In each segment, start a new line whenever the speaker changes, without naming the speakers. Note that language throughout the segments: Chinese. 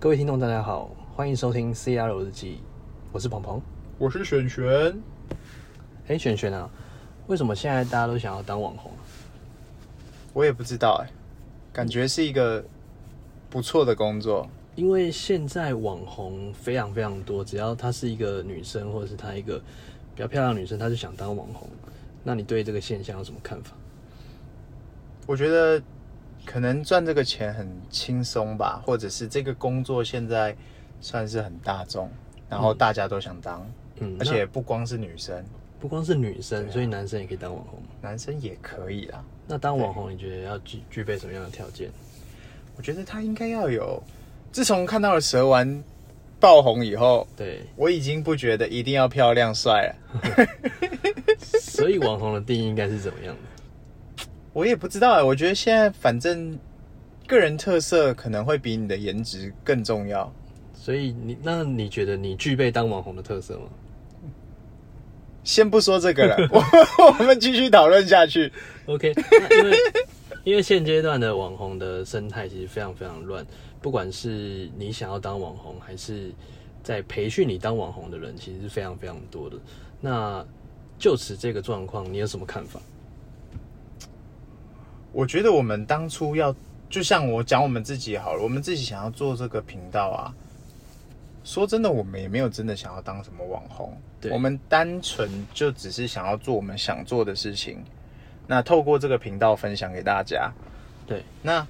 各位听众，大家好，欢迎收听 CR 日记，我是鹏鹏。
我是璇璇，
哎，璇璇啊，为什么现在大家都想要当网红？啊
我也不知道哎、感觉是一个不错的工作。
因为现在网红非常非常多，只要她是一个女生，或者是她一个比较漂亮的女生，她就想当网红。那你对这个现象有什么看法？
我觉得可能赚这个钱很轻松吧，或者是这个工作现在算是很大众，然后大家都想当，
嗯，
而且啊不光是女生，
那不光是女生，所以男生也可以当网红。
男生也可以啦。
那当网红，你觉得要具具备什么样的条件？
我觉得他应该要有，自从看到了蛇丸爆红以后，
对，
我已经不觉得一定要漂亮帅了。
所以网红的定义应该是怎么样的？
我也不知道哎、我觉得现在反正个人特色可能会比你的颜值更重要。
所以你那你觉得你具备当网红的特色吗？
先不说这个了，我我们继续讨论下去。
OK，那因为因为现阶段的网红的生态其实非常非常乱，不管是你想要当网红，还是在培训你当网红的人，其实是非常非常多的。那就此这个状况，你有什么看法？
我觉得我们当初要，就像我讲我们自己好了，我们自己想要做这个频道啊。说真的，我们也没有真的想要当什么网红，
对
我们单纯就只是想要做我们想做的事情，那透过这个频道分享给大家。
对，
那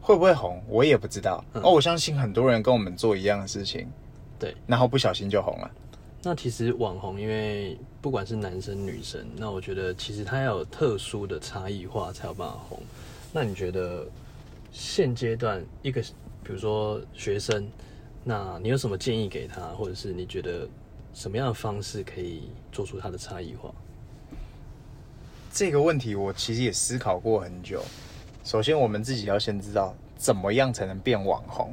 会不会红，我也不知道。
嗯
哦，我相信很多人跟我们做一样的事情，
对，
然后不小心就红了。
那其实网红，因为不管是男生女生，那我觉得其实他要有特殊的差异化才有办法红。那你觉得现阶段一个，比如说学生，那你有什么建议给他，或者是你觉得什么样的方式可以做出他的差异化？
这个问题我其实也思考过很久。首先，我们自己要先知道怎么样才能变网红，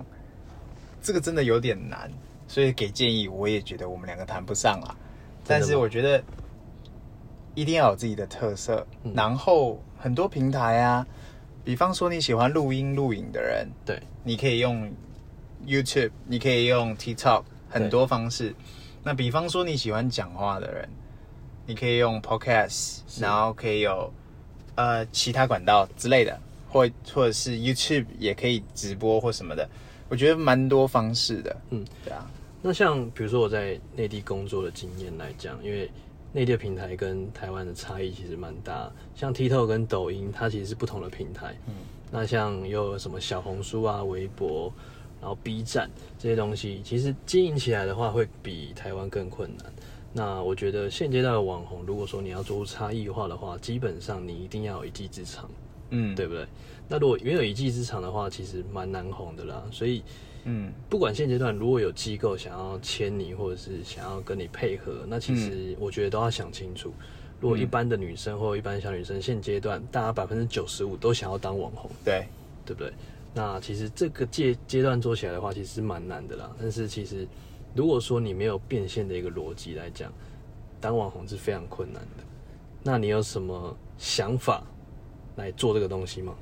这个真的有点难，所以给建议我也觉得我们两个谈不上啊。
真的吗
但是我觉得一定要有自己的特色，
嗯
然后很多平台啊，比方说你喜欢录音录影的人，
对，
你可以用 YouTube，你可以用 TikTok，很多方式。那比方说你喜欢讲话的人，你可以用 Podcast，
是
然后可以有呃其他管道之类的，或或者是 YouTube 也可以直播或什么的。我觉得蛮多方式的。
嗯，
对啊，
那像比如说我在内地工作的经验来讲，因为内地的平台跟台湾的差异其实蛮大，像 TikTok 跟抖音，它其实是不同的平台。嗯，那像又有什么小红书啊、微博，然后 B 站这些东西，其实经营起来的话，会比台湾更困难。那我觉得现阶段的网红，如果说你要做出差异化的话，基本上你一定要有一技之长。
嗯，
对，不对？那如果没有一技之长的话，其实蛮难红的啦。所以，
嗯，
不管现阶段如果有机构想要签你，或者是想要跟你配合，那其
嗯
实我觉得都要想清楚。如果一般的女生或一般小女生，现阶段大家百分之九十五都想要当网红，
对，
对不对？那其实这个阶阶段做起来的话，其实蛮难的啦。但是其实，如果说你没有变现的一个逻辑来讲，当网红是非常困难的。那你有什么想法来做这个东西吗？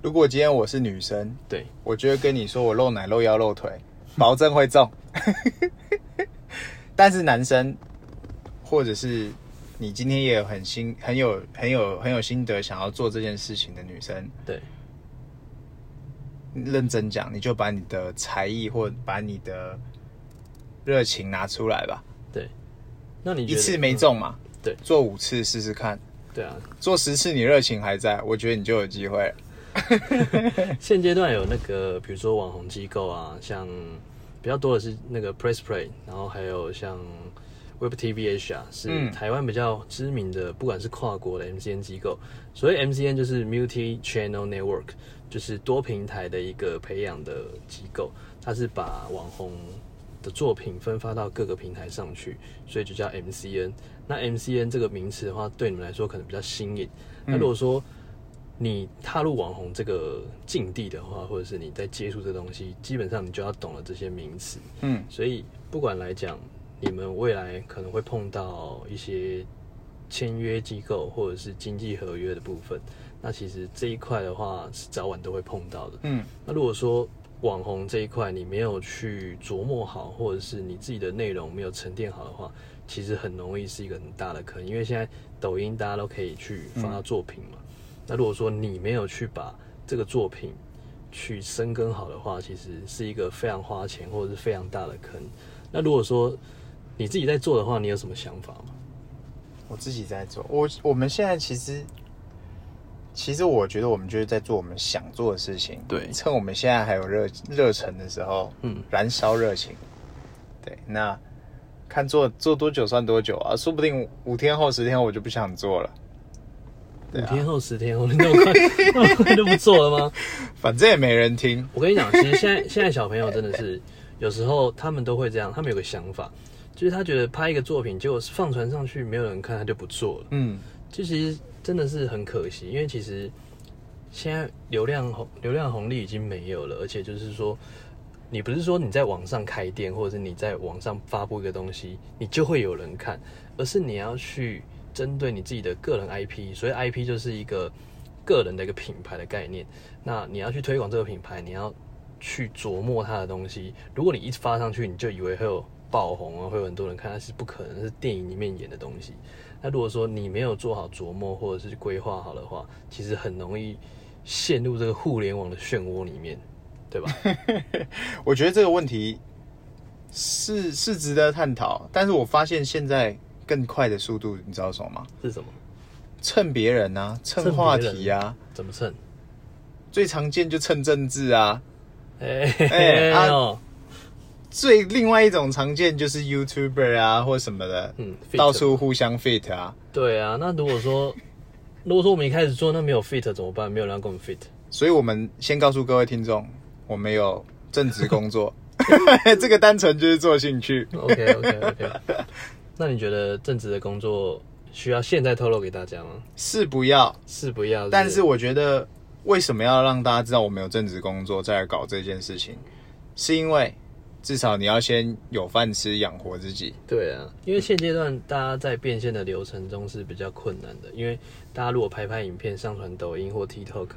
如果今天我是女生，
对，
我就会跟你说我露奶、露腰、露腿，保证会中。 但是男生，或者是你今天也有很心、很有、很有、很有心得想要做这件事情的女生，
对，
认真讲，你就把你的才艺或把你的热情拿出来吧。
那你觉
一
得
次没、中嘛，
对
做五次试试看，
嗯对啊，
做十次你热情还在，我觉得你就有机会了。
现阶段有那个，比如说网红机构啊，像比较多的是那个 Press Play，然后还有像 Web TV Asia 是
嗯
台湾比较知名的，不管是跨国的 MCN 机构，所谓 MCN 就是 Multi Channel Network，就是多平台的一个培养的机构，它是把网红的作品分发到各个平台上去，所以就叫 MCN。那 MCN 这个名词的话，对你们来说可能比较新颖。那如果说你踏入网红这个境地的话，或者是你在接触这东西，基本上你就要懂了这些名词。
嗯，
所以不管来讲，你们未来可能会碰到一些签约机构或者是经济合约的部分，那其实这一块的话是早晚都会碰到的。
嗯，
那如果说网红这一块你没有去琢磨好，或者是你自己的内容没有沉淀好的话，其实很容易是一个很大的坑。因为现在抖音大家都可以去发作品嘛，那如果说你没有去把这个作品去深耕好的话，其实是一个非常花钱或者是非常大的坑。那如果说你自己在做的话，你有什么想法吗？
我自己在做，我我们现在其实，其实我觉得我们就是在做我们想做的事情。
对
趁我们现在还有热热忱的时候，
嗯，
燃烧热情。对，那看做做多久算多久啊？说不定五天后、十天后我就不想做了，
五天后、十天后，你那么快 那么快就不做了吗？
反正也没人听。
我跟你讲，其实现在 现在小朋友真的是，有时候他们都会这样，他们有个想法，就是他觉得拍一个作品，结果放传上去没有人看，他就不做了。
嗯，
就其实真的是很可惜，因为其实现在流量红流量红利已经没有了，而且就是说，你不是说你在网上开店，或者是你在网上发布一个东西，你就会有人看，而是你要去针对你自己的个人 IP，所以 IP 就是一个个人的一个品牌的概念。那你要去推广这个品牌，你要去琢磨它的东西。如果你一发上去，你就以为会有爆红啊，会有很多人看，那是不可能，是电影里面演的东西。那如果说你没有做好琢磨或者是规划好的话，其实很容易陷入这个互联网的漩涡里面，对 吧？
我觉得这个问题是是值得探讨，但是我发现现在更快的速度，你知道什么吗？
是什么？
蹭别人啊，蹭
蹭
话
别人
题啊，
怎么蹭？
最常见就蹭政治啊。
哎、
哎啊
哦，
最另外一种常见就是 YouTuber 啊或什么的，
嗯，
到
fit
处互相 fit 啊。
对啊。那如果说如果说我们一开始做那没有 fit 怎么办？没有人要跟我们 fit，
所以我们先告诉各位听众，我们有正职工作， 这个单纯就是做兴趣。
OK OK OK，那 你觉得正职的工作需要现在透露给大家吗？
是不要，
是不要
但是我觉得为什么要让大家知道我们有正职工作再来搞这件事情，是因为至少你要先有饭吃养活自己。
对啊，因为现阶段大家在变现的流程中是比较困难的，因为大家如果拍拍影片上传抖音或 TikTok，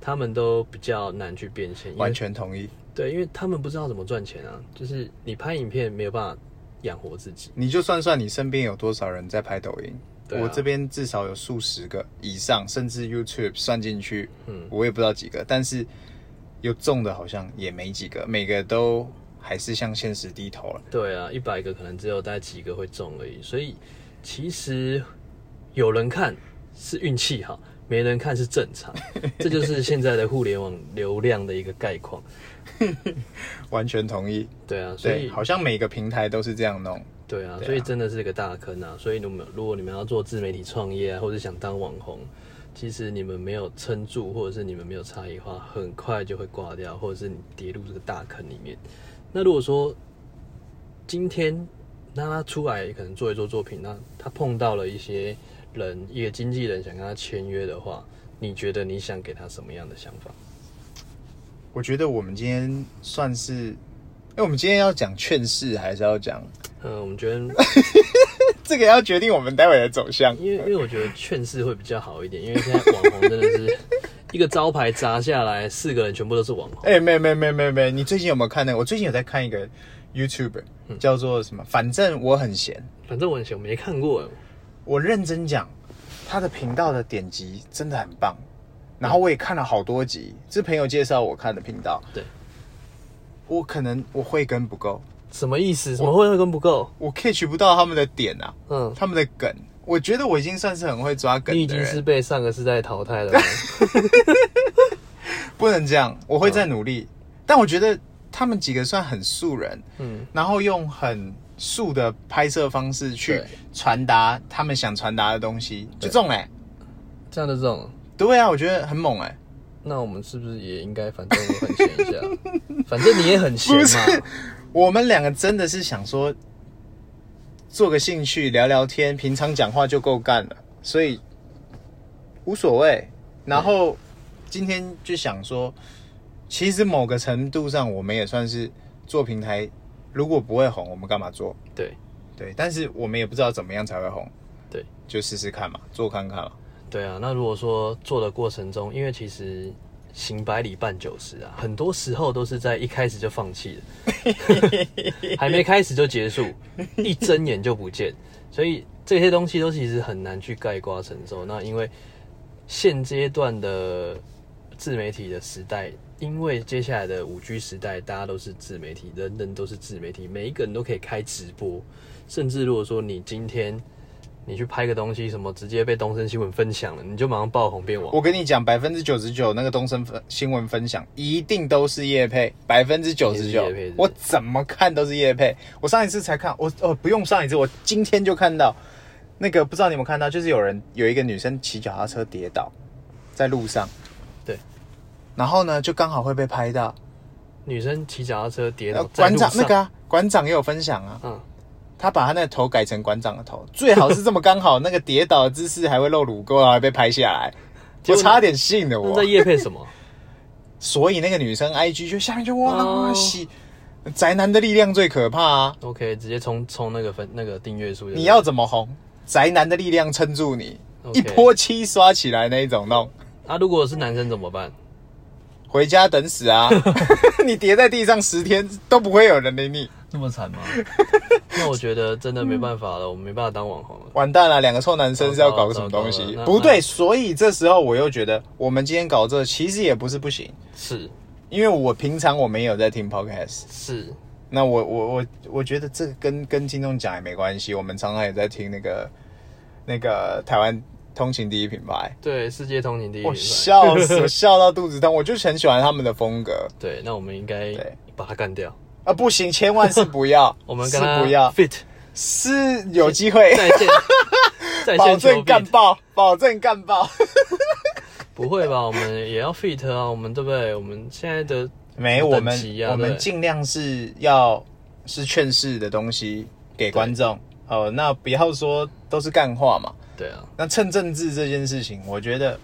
他们都比较难去变现，因为
完全同意，
对，因为他们不知道怎么赚钱啊，就是你拍影片没有办法养活自己，
你就算算你身边有多少人在拍抖音，
对啊
我这边至少有数十个以上，甚至 YouTube 算进去，
嗯，
我也不知道几个，但是有中的好像也没几个，每个都还是向现实低头了。
对啊，一百个可能只有大概几个会中而已，所以其实有人看是运气好，没人看是正常，这就是现在的互联网流量的一个概况。
完全同意，
对啊，所
对，
以
好像每个平台都是这样弄。
对啊，
对啊
所以真的是个大坑啊！所以你们如果你们要做自媒体创业啊，或者想当网红，其实你们没有撑住，或者是你们没有差异化，很快就会挂掉，或者是你跌入这个大坑里面。那如果说今天那他出来可能做一做作品，那他碰到了一些人，一个经纪人想跟他签约的话，你觉得你想给他什么样的想法？
我觉得我们今天算是，哎，我们今天要讲劝世，还是要讲
嗯，我们觉得
这个要决定我们待会的走向。
因为因为我觉得劝世会比较好一点，因为现在网红真的是一个招牌砸下来，四个人全部都是网红。
哎、没没没没没，你最近有没有看那个？我最近有在看一个 YouTube，叫
嗯
做什么？反正我很闲。
反正我很喜欢没看过，
我认真讲，他的频道的点击真的很棒。然后我也看了好多集，是朋友介绍我看的频道。
对，
我可能我慧根不够，
什么意思？什么会会跟不够？
我 catch 不到他们的点啊，
嗯，
他们的梗。我觉得我已经算是很会抓
你
梗
已
的
经是
人，
被上个世代淘汰 了吗。
不能这样，我会再努力。但我觉得他们几个算很素人，
嗯，
然后用很素的拍摄方式去
对
传达他们想传达的东西，就中嘞、
这样的这种，
对啊，我觉得很猛哎、
那我们是不是也应该反正我很闲一下？ 反正你也很闲
不是
嘛。
我们两个真的是想说，做个兴趣聊聊天，平常讲话就够干了，所以无所谓。然后今天就想说，其实某个程度上，我们也算是做平台，如果不会红，我们干嘛做？
对
对，但是我们也不知道怎么样才会红，
对，
就试试看嘛，做看看嘛。
对啊，那如果说做的过程中，因为其实行百里半九十啊，很多时候都是在一开始就放弃了，还没开始就结束，一睁眼就不见，所以这些东西都其实很难去概括承受。那因为现阶段的自媒体的时代，因为接下来的五 G 时代，大家都是自媒体，人人都是自媒体，每一个人都可以开直播，甚至如果说你今天你去拍个东西，什么直接被东森新闻分享了，你就马上爆红变网红
我跟你讲，百分之九十九那个东森分新闻分享一定都是叶配，百分之九十九
也是业配是不是，
我怎么看都是叶配。我上一次才看，我哦不用上一次，我今天就看到那个，不知道你有没有看到，就是有人有一个女生骑脚踏车跌倒在路上，
对，
然后呢就刚好会被拍到，
女生骑脚踏车跌
然
倒
后
在
馆
路
长
上，
那个啊，馆长也有分享啊，
嗯，
他把他那个头改成馆长的头，最好是这么刚好，那个跌倒的姿势还会露乳沟，然后还被拍下来，
结
我
果呢
差点信了我。
那在夜配什么？
所以那个女生 IG 就下面就哇
哦
西，宅男的力量最可怕啊！
OK，直接冲冲那个分那个订阅数就对了。
你要怎么红？宅男的力量撑住你
OK
一波七刷起来那一种弄，
啊？如果是男生怎么办？
回家等 死啊！ 你跌在地上十天都不会有人理你，
那么 惨吗？那我觉得真的没办法了，我没办法当网红了。
完蛋了！两个臭男生是要搞个什么东
糟糕
西
了？那
不对，所以这时候我又觉得，我们今天搞这其实也不是不行，
是
因为我平常我没有在听 podcast，
是，
那我我我我觉得这个跟跟听众讲也没关系，我们常常也在听那个那个台湾通勤第一品牌，
对，世界通勤第一
我
品牌。
笑死，我笑到肚子痛，我就是很喜欢他们的风格
对，那我们应该
对
把它干掉。
啊！不行，千万是不要，
我们
是
跟他
不要，
fit
是有机会，
在 线在
保
线求
证干
fit，
爆，保证 干爆，
不会吧？我们也要 fit 啊，我们对不对？我们现在的
没
等
我们
级啊
我们
对
尽量是要是劝世的东西给观众哦，那不要说都是干话嘛。
对啊，
那蹭政治这件事情，我觉得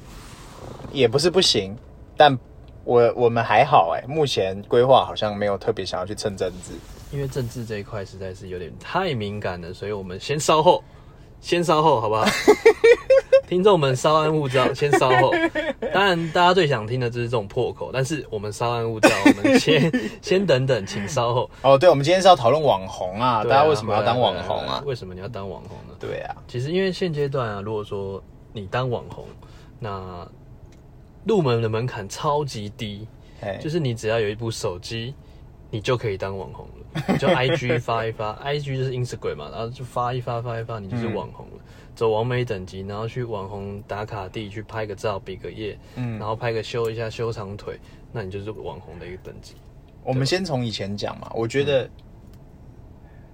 也不是不行，但我我们还好哎、目前规划好像没有特别想要去蹭政治。
因为政治这一块实在是有点太敏感了，所以我们先稍后，先稍后，好不好？听众们稍安勿躁，先稍后。当然，大家最想听的就是这种破口，但是我们稍安勿躁，我们先先等等，请稍后。
哦，对，我们今天是要讨论网红啊，
对
大
啊
家为什么要当网红
回来回来
啊？
为什么你要当网红呢？
对啊，
其实因为现阶段啊，如果说你当网红，那入门的门槛超级低，
哎，
就是你只要有一部手机，你就可以当网红了。 你就 IG 发一发，IG 就是 Instagram 嘛，然后就发一发发一发，你就是网红了。走完美等级，然后去网红打卡地去拍个照，比个耶，
嗯
然后拍个修一下修长腿，那你就是网红的一个等级。
我们先从以前讲嘛，我觉
嗯
得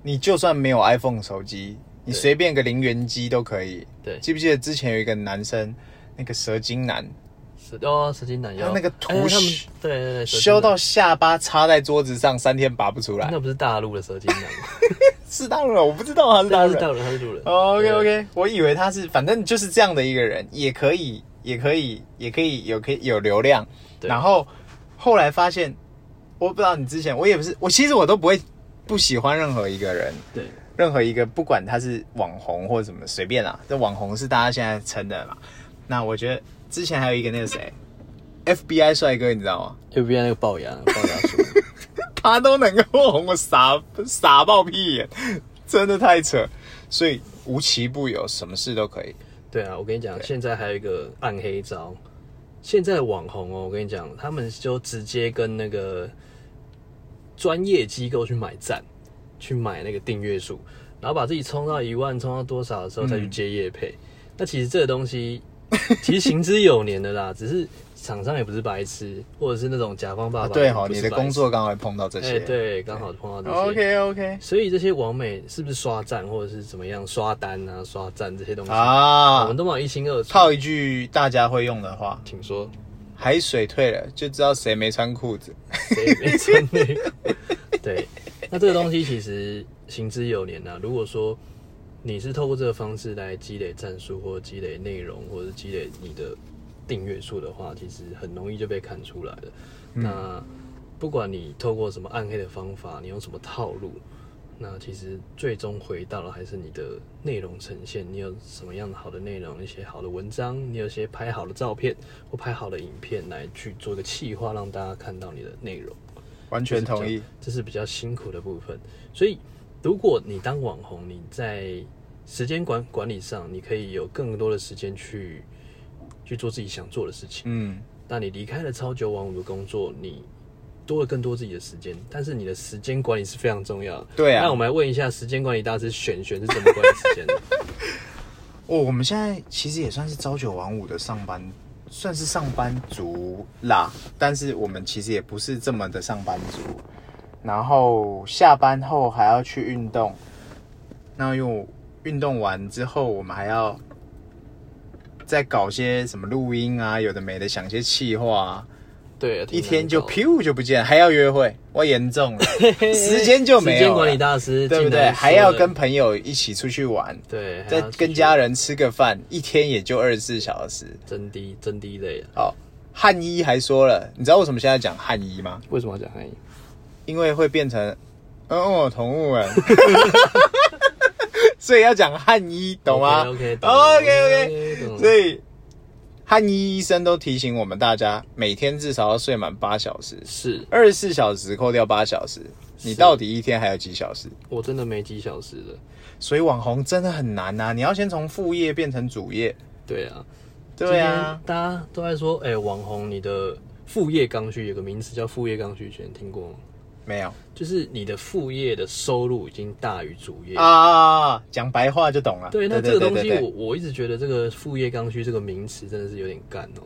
你就算没有 iPhone 手机，你随便个零元机都可以。
对，
记不记得之前有一个男生，那个蛇精男，
是哦，蛇精男
他
妖
那个
哎
图
他们
修
对对对，蛇精
修
男
到下巴插在桌子上，三天拔不出来。
那不是大陆的蛇精男吗，
是大陆人，我不知道他 是大
他
陆
是
人
大。陆人，他是路人。
哦，OK
对
OK，我以为他是，反正就是这样的一个人，也可以，也可以，也可以有可以有流量。
对
然后后来发现，我不知道你之前，我也不是，我其实我都不会不喜欢任何一个人，
对
任何一个不管他是网红或者什么，随便啦。这网红是大家现在称的嘛。那我觉得之前还有一个那个谁，FBI 帅哥，你知道吗？
右边那个龅 牙，龅牙叔。
他都能够红，我傻傻爆屁眼，真的太扯。所以无奇不有，什么事都可以。
对啊，我跟你讲，现在还有一个暗黑招。现在的网红哦，我跟你讲，他们就直接跟那个专业机构去买赞，去买那个订阅数，然后把自己冲到一万，冲到多少的时候再去接业配。
嗯
那其实这个东西其实行之有年的 啦，只是厂商也不是白痴，或者是那种甲方爸爸、
啊对哈、
也不
你
是
的
白
工
痴
作刚好会碰到这
哎、
些。
对，刚好碰到这些。
，OK OK
所以这些网美是不是刷赞或者是怎么样刷单啊、刷赞这些东西，我
啊
们，都蛮一清二楚。
套一句大家会用的话：
请说，
海水退了就知道谁没穿裤子。
谁没穿内裤？对，那这个东西其实行之有年呐、啊如果说你是透过这个方式来积累战术，或积累内容，或者积累你的订阅数的话，其实很容易就被看出来了。那不管你透过什么暗黑的方法，你用什么套路，那其实最终回到了还是你的内容呈现，你有什么样的好的内容，一些好的文章，你有一些拍好的照片或拍好的影片来去做一个企划，让大家看到你的内容。
完全同意。
这是比较辛苦的部分。所以，如果你当网红，你在时间管管理上，你可以有更多的时间去去做自己想做的事情。
嗯，
那你离开了朝九晚五的工作，你多了更多自己的时间，但是你的时间管理是非常重要的。
对啊
那我们来问一下时间管理大师璇璇是怎么管理 时间的？
哦，我们现在其实也算是朝九晚五的上班，算是上班族啦。但是我们其实也不是这么的上班族。然后下班后还要去运动，那因为我运动完之后，我们还要再搞些什么录音啊，有的没的，想些气话、啊，
对啊，
一天就
拼，
噗就不见了，还要约会，我严重了，时间就没有了
时间管理大师，
对不
竟
对？
然
还要
说了
跟朋友一起出去玩，
对，还
再
要出
跟
去
家人吃个饭，一天也就二十四小时。
真滴真滴累啊。
好，汉医还说了，你知道为什么现在讲汉医吗？
为什么要讲汉语？
因为会变成，嗯哦，同物哎， 所以要讲汉医，懂吗哦
OK
OK，OK，所
所以
以汉医医生都提醒我们大家，每天至少要睡满八小时，
是
二十四小时扣掉八小时，你
是
到底一天还有几小时？
我真的没几小时了。
所以网红真的很难呐、你要先从副业变成主业。
对啊，
对
今天，
啊
大家都在说，哎、网红你的副业刚需有个名词叫副业刚需，以前听过吗？
没有
就是你的副业的收入已经大于主业。
啊，讲白话就懂了。
对，那这个东西
对
我我一直觉得这个副业刚需这个名词真的是有点干哦。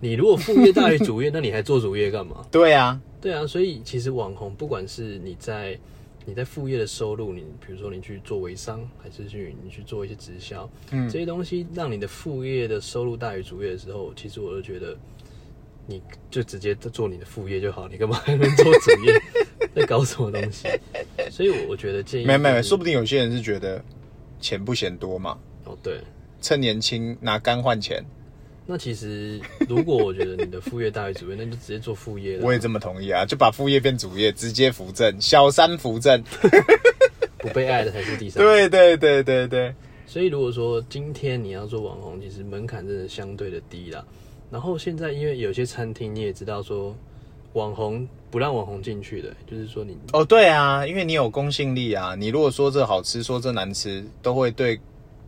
你如果副业大于主业，那 你还做主业干嘛？
对啊，
对啊，所以其实网红不管是你在你在副业的收入，你比如说你去做微商，还是去你去做一些直销，
嗯
这些东西让你的副业的收入大于主业的时候，其实我就觉得你就直接做你的副业就好，你干嘛还能做主业？ 在搞什么东西？所以我我觉得建议
没没没，
就是
说不定有些人是觉得钱不嫌多嘛，
哦对。
趁年轻拿干换钱，
那其实，如果我觉得你的副业大于主业，那你就直接做副业了。
我也这么同意啊，就把副业变主业，直接扶正，小三扶正。
不被爱的才是第三。，
对啊对对对对，
所以如果说今天你要做网红，其实门槛真的相对的低啦。然后现在因为有些餐厅你也知道说，网红不让网红进去的，就是说你
哦对啊，因为你有公信力啊，你如果说这好吃，说这难吃，都会对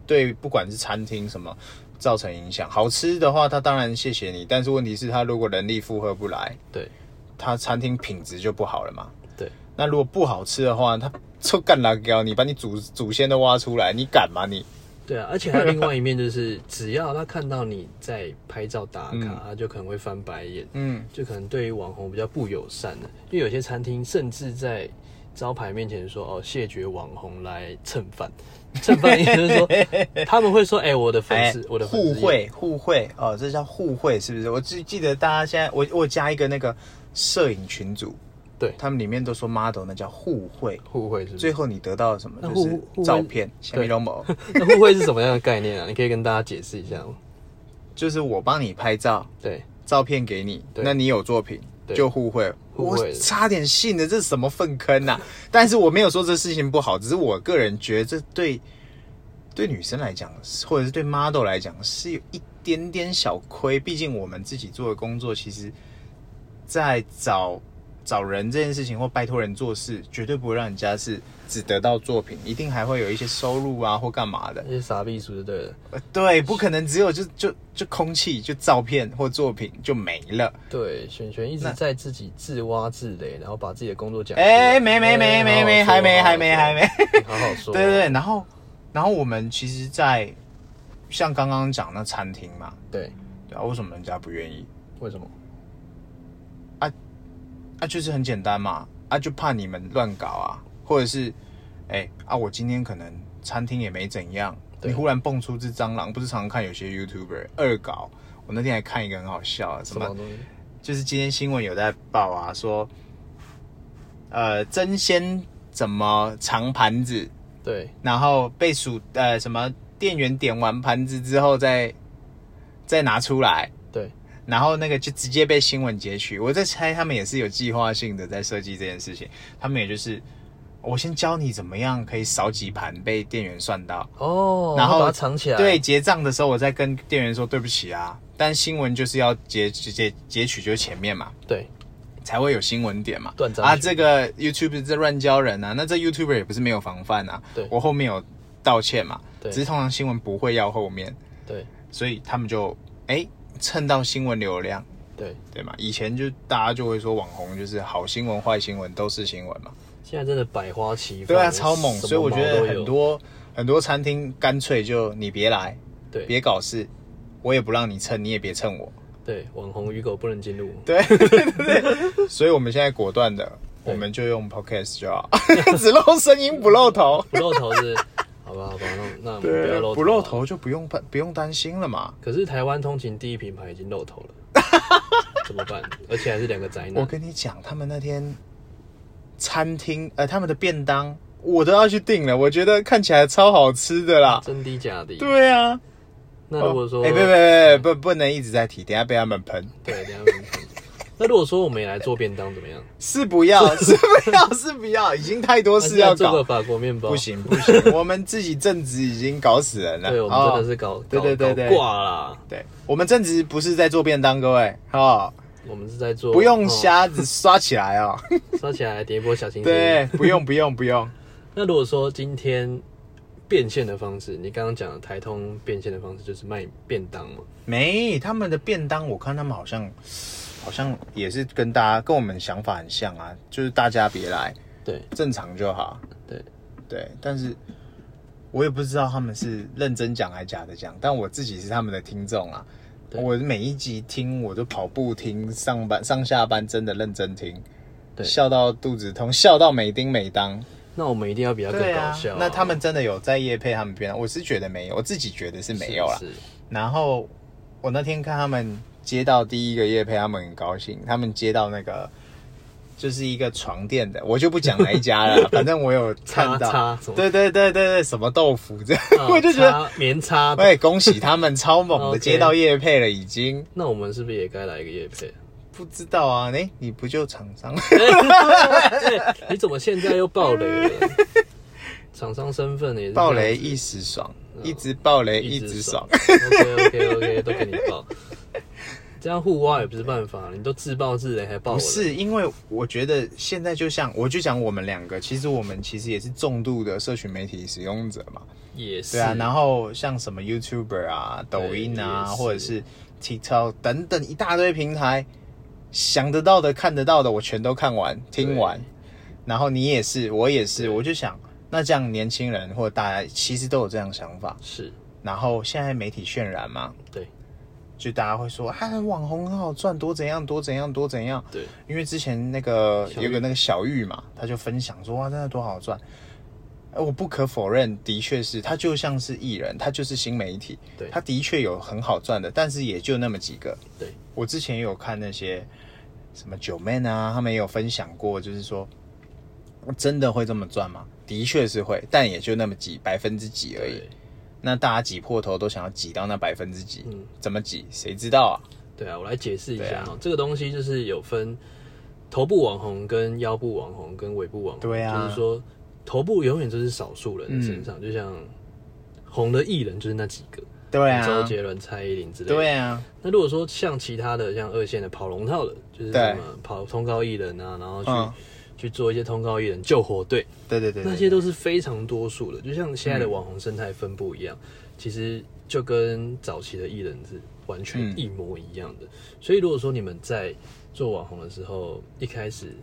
对，不管是餐厅什么。造成影响。好吃的话，他当然谢谢你，但是问题是，他如果人力负荷不来，
对
他餐厅品质就不好了嘛。
对，
那如果不好吃的话，他臭干辣椒，你把你祖祖先都挖出来，你敢吗你？
对啊，而且还有另外一面就是，只要他看到你在拍照打卡，
嗯
他就可能会翻白眼，
嗯，
就可能对于网红比较不友善的，因为有些餐厅甚至在招牌面前说哦谢绝网红来蹭饭，蹭饭也就是 说他们会说哎、我的粉丝、我的粉丝
互惠互惠哦，这叫互惠是不是？我只记得大家现在我我加一个那个摄影群组，
对
他们里面都说 model 那叫互惠。
互惠是不
最
是？
后你得到了什么？
那
就
互
是
互惠
照片，下面
对
都某，
那互惠是什么样的概念啊？你可以跟大家解释一下吗？
就是我帮你拍照，
对，
照片给你，
对
那你有作品
对
就互惠。
互
我
惠
差点信了，这是什么粪坑呐、 但是我没有说这事情不好，只是我个人觉得这对对女生来讲，或者是对 model 来讲，是有一点点小亏。毕竟我们自己做的工作，其实在找找人这件事情或拜托人做事，绝对不会让人家是只得到作品，一定还会有一些收入啊或干嘛的
那。些傻逼叔就对了。
呃对，不可能只有就就就空气、就照片或作品就没了。
对，璇璇一直
那
在自己自挖自擂，然后把自己的工作讲出来。
哎、没没没没没，
哎好好
还没
说
还没还没。
好好说。
对对对，然后然后我们其实在，像刚刚讲那餐厅嘛，
对，
对啊，为什么人家不愿意？
为什么？
啊，就是很简单嘛，啊，就怕你们乱搞啊，或者是，哎、啊，我今天可能餐厅也没怎样，
对
你忽然蹦出只蟑螂，不是常常看有些 YouTuber 恶搞。我那天还看一个很好笑啊，什
什
么
么东西？
就是今天新闻有在报啊，说，呃，争先怎么藏盘子，
对，
然后被数呃什么店员点完盘子之后再再拿出来，
对，
然后那个就直接被新闻截取。我在猜他们也是有计划性的在设计这件事情，他们也就是我先教你怎么样可以少几盘被店员算到，
哦，
然后
把它藏起来，
对，，结账的时候我再跟店员说对不起啊。但新闻就是要截截截截取就是前面嘛，
对，
才会有新闻点嘛。
断章
啊，
取义
这个 YouTube 在乱教人啊，那这 YouTuber 也不是没有防范啊。
对
我后面有道歉嘛，
对
只是通常新闻不会要后面，
对
所以他们就哎蹭到新闻流量，
对，
对嘛？以前就大家就会说网红就是好新闻、坏新闻都是新闻嘛，
现在真的百花齐放，
对啊，超猛。
什么
所以我觉
毛
得
都
很
有
多很多餐厅干脆就你别来，
对
别搞事，我也不让你蹭，你也别 蹭我。
对网红与狗不能进入，
对对对，所以我们现在果断的，
对
我们就用 podcast 就好， 只露声音不露头。
不露头是好吧好吧，那那我们不要露
不露
头啊。
头就不用不用担心了嘛。
可是台湾通勤第一品牌已经露 头了，怎么办？而且还是两个宅
我
男，
跟你讲，他们那天餐厅呃，他们的便当我都要去订了，我觉得看起来超好吃的啦。
真的假的？
对啊，
嗯那如果说，
哎，别别别，不不能一直在提，等下被他们喷。
对，等一下问你那如果说我们也来做便当怎么样？
是不 要，是不要，是不要，已经太多
还
事要
做个
搞，
法国面包，
不，行不行，我们自己正职已经搞死人了。
对我们真
哦
的是搞
对
搞
对对
搞
对
挂啦，
对，我们正职不是在做便当，各位哦，
我们是在做
不用
下，
瞎子刷起来哦。
刷起来点一波小星星。
对，不用不用不用。
那如果说今天变现的方式，你刚刚讲的台通变现的方式就是卖便当嘛？
没，他们的便当，我看他们好像好像也是跟大家跟我们想法很像啊，就是大家别来，
对
正常就好。
对，
对，但是我也不知道他们是认真讲还假的讲，但我自己是他们的听众啊。
对
我每一集听，我都跑步听，上班上下班真的认真听，
对
笑到肚子痛，笑到每叮每当。
那我们一定要比较更搞笑啊、
那他们真的有在夜配他们便当，我是觉得没有，我自己觉得是没有啦。
是是
然后我那天看他们接到第一个夜配，他们很高兴，他们接到那个就是一个床垫的，我就不讲哪一家 了，反正我有看到，
叉叉什么
对对对对对，什么豆腐 这样，
啊
我就觉得，
插棉 插的。
喂，恭喜他们超猛
OK
的接到夜配了，已经
那我们是不是也该来一个夜配？
不知道啊，哎，你不就厂商？
哎你怎么现在又爆雷了？厂商身份也是
爆雷一时爽，一直爆雷嗯一直爽。。
OK OK OK，都给你爆。这样互挖也不是办法，你都自爆自雷还爆我
不
的，
是，因为我觉得现在就像，我就讲我们两个，其实我们其实也是重度的社群媒体使用者嘛。
也是
对啊，然后像什么 YouTuber 啊、抖音啊，
也是
或者是 TikTok 等等一大堆平台，想得到的、看得到的，我全都看完、听完。然后你也是，我也是，
对
我就想，那这样年轻人或者大家其实都有这样想法。
是
然后现在媒体渲染嘛，
对
就大家会说啊，网红很好赚，多怎样多怎样多怎样。
对
因为之前那个
小玉
有个那个小玉嘛，他就分享说哇，真的多好赚。呃我不可否认，的确是他就像是艺人，他就是新媒体，
对
他的确有很好赚的，但是也就那么几个。
对，
我之前也有看那些什么九妹啊，他们也有分享过，就是说真的会这么赚吗？的确是会，但也就那么几百分之几而已
对。
那大家挤破头都想要挤到那百分之几，
嗯
怎么挤？谁知道啊？
对啊，我来解释一
对
下
啊
哦、这个东西就是有分头部网红、跟腰部网红、跟尾部网红。
对啊嗯
就是说头部永远都是少数人的身上，就像红的艺人就是那几个，
对
周
啊，
杰伦、蔡依林之类的。
对啊，
那如果说像其他的，像二线的跑龙套的，就是
对
什么跑通告艺人啊，然后去、
嗯
去做一些通告艺人救火队，
对对嗯对对
那些都是非常多数的。就像现在的网红生态分布一样，其实就跟早期的艺人是完全
嗯
一模一样的。所以如果说你们在做网红的时候，一开始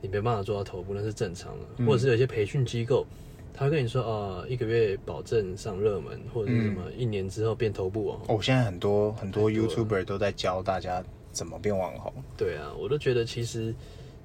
你没办法做到头部，那是正常的，
嗯
或者是有一些培训机构。他会跟你说，呃，一个月保证上热门，或者是什么，
嗯
一年之后变头部网红。
哦，现在很多很多
太多了
YouTuber 都在教大家怎么变网红。
对啊，我都觉得其实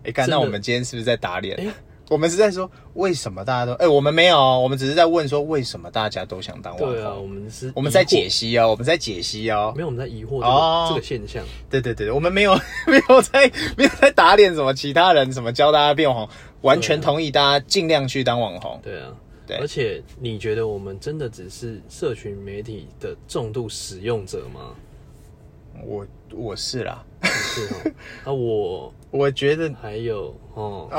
哎，干，
真的
那我们今天是不是在打脸？
诶
我们是在说为什么大家都哎，我们没有哦，我们只是在问说为什么大家都想当网
对啊，我
红。
们是
我们在
疑惑
解，析哦，我们在解析哦
没。有我们在疑惑这个、
哦
这个现象，
对对对，我们没有 没有在没有在打脸什么其他人，什么教大家变网红，完全同意大家尽量去当网红。
对啊，
对
而且你觉得我们真的只是社群媒体的重度使用者吗？
我我是啦，
是哦。啊，我
我觉得
还有哦。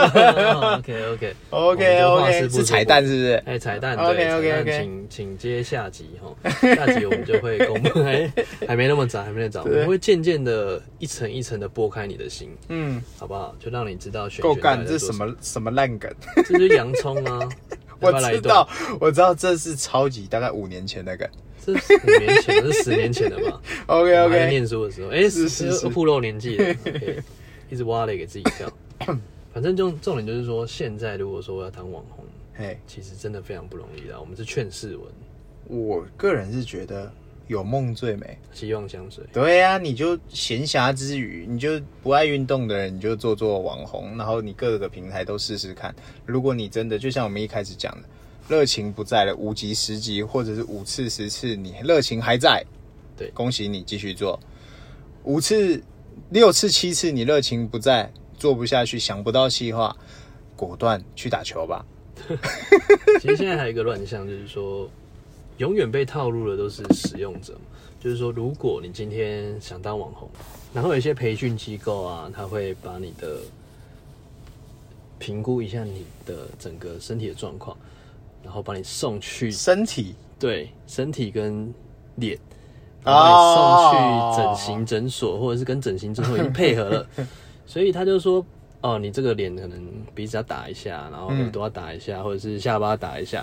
OK OK
OK
我们这话
OK
不
是彩
多
蛋是不是？
哎，彩蛋
OK，
对
OK，
彩
OK
蛋请请接下集哈，下集我们就会公 布，还还没那么早，还没那么早，我
对
们会渐渐的一层一层的拨开你的心，
嗯，
好不好？就让你知道选
够
选到
干，
底在
这
做
什
么？
么什么烂梗？！
这就是洋葱啊
我
要不要来一
知
段
道，我知道这是超级大概五年前的梗。
这是五年前，这是十年前的 吧？
OK
我还在
OK，
念书的时候，哎，
是是是
暴露年纪 了，OK，一直挖了给自己 跳。反正重重点就是说，现在如果说要当网红，
哎，
其实真的非常不容易啦。我们是劝世文，
我个人是觉得有梦最美。
希望相随。
对呀、你就闲暇之余，你就不爱运动的人，你就做做网红，然后你各个平台都试试看。如果你真的就像我们一开始讲的，热情不在了，五级、十级或者是五次、十次，你热情还在，
对
恭喜你继续做。五次、六次、七次，你热情不在，做不下去，想不到细化，果断去打球吧。
其实现在还有一个乱象，就是说，永远被套路的都是使用者嘛。就是说，如果你今天想当网红，然后有一些培训机构啊，他会把你的评估一下你的整个身体的状况，然后把你送去
身体
对身体跟脸，然后
哦
把你送去整形诊所，或者是跟整形诊所已经配合 了，所以他就说。哦，你这个脸可能鼻子要打一下，然后耳朵要打一下，或者是下巴打一下，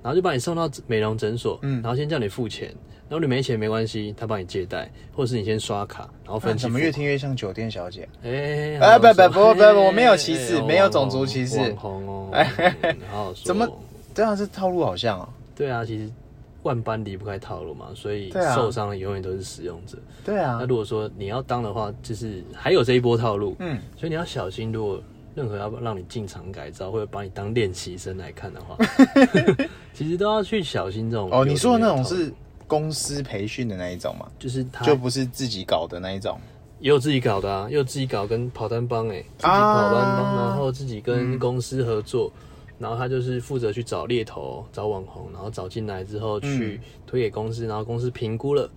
然后就把你送到美容诊所，
嗯
然后先叫你付钱，然后你没钱没关系，他帮你借贷，或者是你先刷卡，然后分
啊
期
怎
付
么
款。
越听越像酒店小姐？
哎、
哎
好
不不
说
不不
哎
我没有歧视
哎
没有
网
种族
红
歧视
网红 哦，嗯好好说。
怎么对啊，这套路好像哦。
对啊，其实万般离不开套路嘛，所以
对啊
受伤的永远都是使用者。
对啊
那，如果说你要当的话，就是还有这一波套路，
嗯，
所以你要小心。如果任何要让你进场改造，或者把你当练习生来看的 话，其实都要去小心这种。
哦，你说的那种，是公司培训的那一种吗？
就是他
就不是自己搞的那一种。
也有自己搞的啊，也有自己搞跟跑单帮哎、
啊
自己跑单帮，然后自己跟公司合作，
嗯
然后他就是负责去找猎头、找网红，然后找进来之后
嗯
去推给公司，然后公司评估了，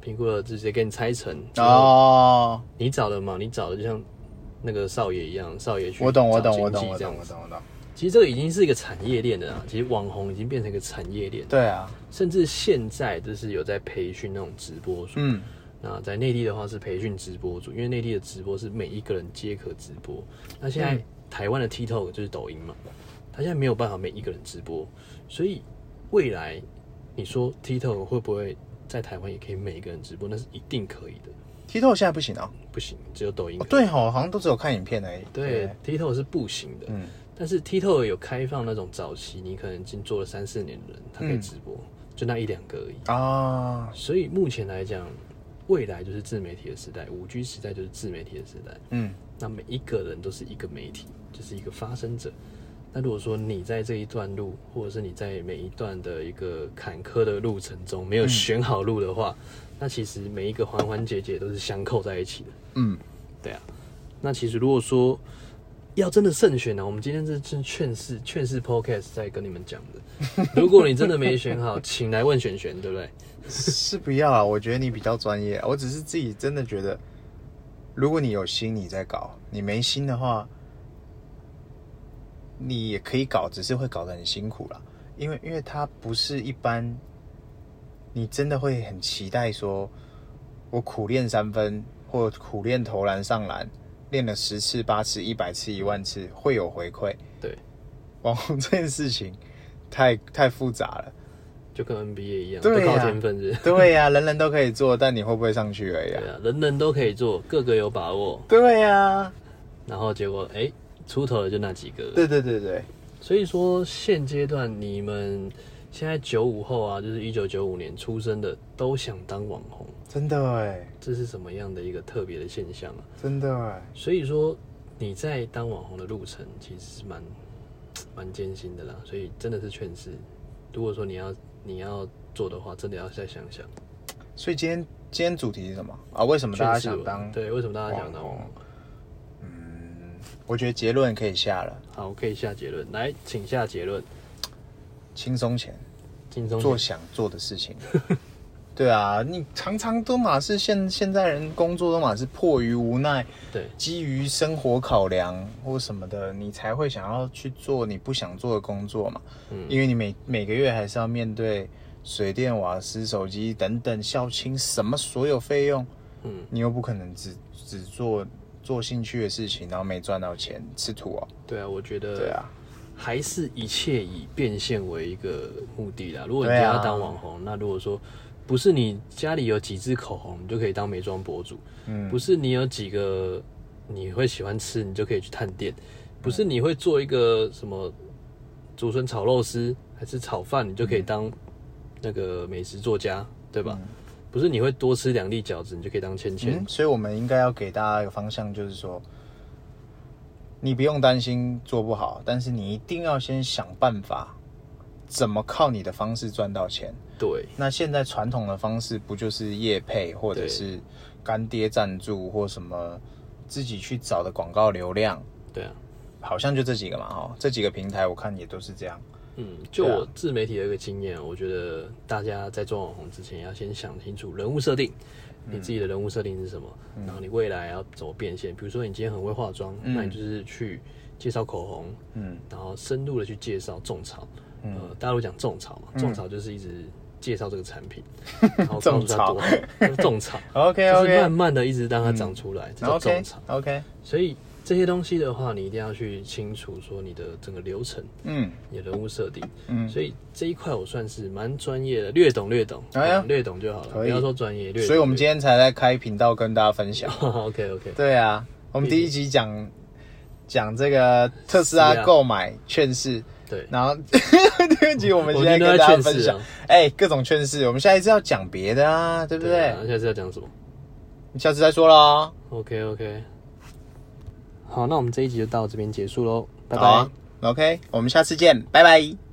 评估了直接给你拆成。之后
哦，
你找的嘛，你找的就像那个少爷一样，少爷去
我懂，我
找
懂，我
经
懂，
纪
我
这样
懂，我
子。
懂，我懂。
其实这个已经是一个产业链了啊，其实网红已经变成一个产业链，
对啊，
甚至现在就是有在培训那种直播主，
嗯，
那在内地的话是培训直播主，因为内地的直播是每一个人皆可直播。那现在台湾的 TikTok 就是抖音嘛，它现在没有办法每一个人直播，所以未来你说 TikTok 会不会在台湾也可以每一个人直播？那是一定可以的，
剔透现在不行哦。
不行，只有抖音
哦
可以、
对哦，好像都只有看影片而已。
对 TikTok 是不行的。
哦嗯
但是 TikTok 有开放那种早期，你可能已经做了三四年的人，他可以直播，就那一两个而已。
啊，
所以目前来讲，未来就是自媒体的时代，五 G 时代就是自媒体的时代。
嗯，
那每一个人都是一个媒体，就是一个发声者。那如果说你在这一段路，或者是你在每一段的一个坎坷的路程中没有
嗯
选好路的话，那其实每一个环环节节都是相扣在一起的。
嗯，
对啊，那其实如果说要真的慎选呢、我们今天这是劝世劝世 podcast 在跟你们讲 的。如果你真的没选好，请来问璇璇，对不对？
是不要啊。我觉得你比较专业，我只是自己真的觉得，如果你有心，你在搞；你没心的话，你也可以搞，只是会搞得很辛苦啦。因为因为它不是一般，你真的会很期待说，我苦练三分或苦练投篮上篮，练了十次、八次、一百次、一万次，会有回馈。
对，
网红这件事情太太复杂了。
就跟 NBA 一样，
对
都
啊
靠天分是不是。
对呀、人人都可以做，但你会不会上去而已啊
对。啊，人人都可以做，个个有把握，
对呀、
然后结果哎、出头的就那几个。
对对对对，
所以说现阶段你们现在九五后啊，就是一九九五年出生的，都想当网红，
真的哎，
这是什么样的一个特别的现象啊？
真的哎，
所以说你在当网红的路程其实是蛮蛮艰辛的啦，所以真的是劝世，如果说你要你要做的话，真的要再想想。
所以今天今天主题是什么啊？为什么大家
劝世
想
文
当？
对，为什么大家想当
网
网
红
红？
我觉得结论可以下了，
好，可以下结论，来，请下结论。
轻松钱，
轻松点
做想做的事情。 对啊，你常常都嘛是现现在人工作都嘛是迫于无奈，
对
基于生活考量或什么的，你才会想要去做你不想做的工作嘛。
嗯
因为你每每个月还是要面对水电、瓦斯、手机等等校清什么所有费用，
嗯，
你又不可能只只做做兴趣的事情，然后没赚到钱吃土哦。
对啊，我觉得
对啊，
还是一切以变现为一个目的啦。如果你
对
今
啊
天要当网红，那如果说不是你家里有几支口红，你就可以当美妆博主；
嗯，
不是你有几个你会喜欢吃，你就可以去探店；不是你会做一个什么竹笋炒肉丝还是炒饭，你就可以当那个美食作家，对吧？不是你会多吃两粒饺子，你就可以当芊芊。
嗯，所以我们应该要给大家一个方向，就是说，你不用担心做不好，但是你一定要先想办法，怎么靠你的方式赚到钱。
对，
那现在传统的方式不就是业配，或者
对
是干爹赞助，或什么自己去找的广告流量，
对啊。
好像就这几个嘛，哈，这几个平台我看也都是这样。
嗯，就
对啊
我自媒体的一个经验，我觉得大家在做网红之前，要先想清楚人物设定，你自己的
嗯
人物设定是什么，然后你未来要怎么变现。比如说你今天很会化妆，那你就是去介绍口红，
嗯
然后深入的去介绍种草。呃，大陆讲种草嘛，
嗯
种草就是一直介绍这个产 品，然后告诉他多好，就是种草，
，OK
就是慢
OK
慢的一直让它长出来，这叫
嗯 OK
种草。
OK，
所以这些东西的话，你一定要去清楚说你的整个流程。
嗯
你的人物设定，
嗯，
所以这一块我算是蛮专业的，略懂略懂，
哎呀
嗯略懂就好了，
可
不
以
要说专业，略懂。哦
所以我们今
天
天才在开频道跟大家分享。
OK OK，
对啊，我们第一集讲讲这个特斯
是
拉
啊
购买券市，
对，
然后 第二集我们现在跟大家
我们都
分享
在劝世啊，
哎、各种券市，我们下一次要讲别的啊，对不对？
啊下次要讲什么
你下次再说啦，
？OK OK，好，那我们这一集就到这边结束喽，拜
好
拜
啊。OK，我们下次见，拜拜。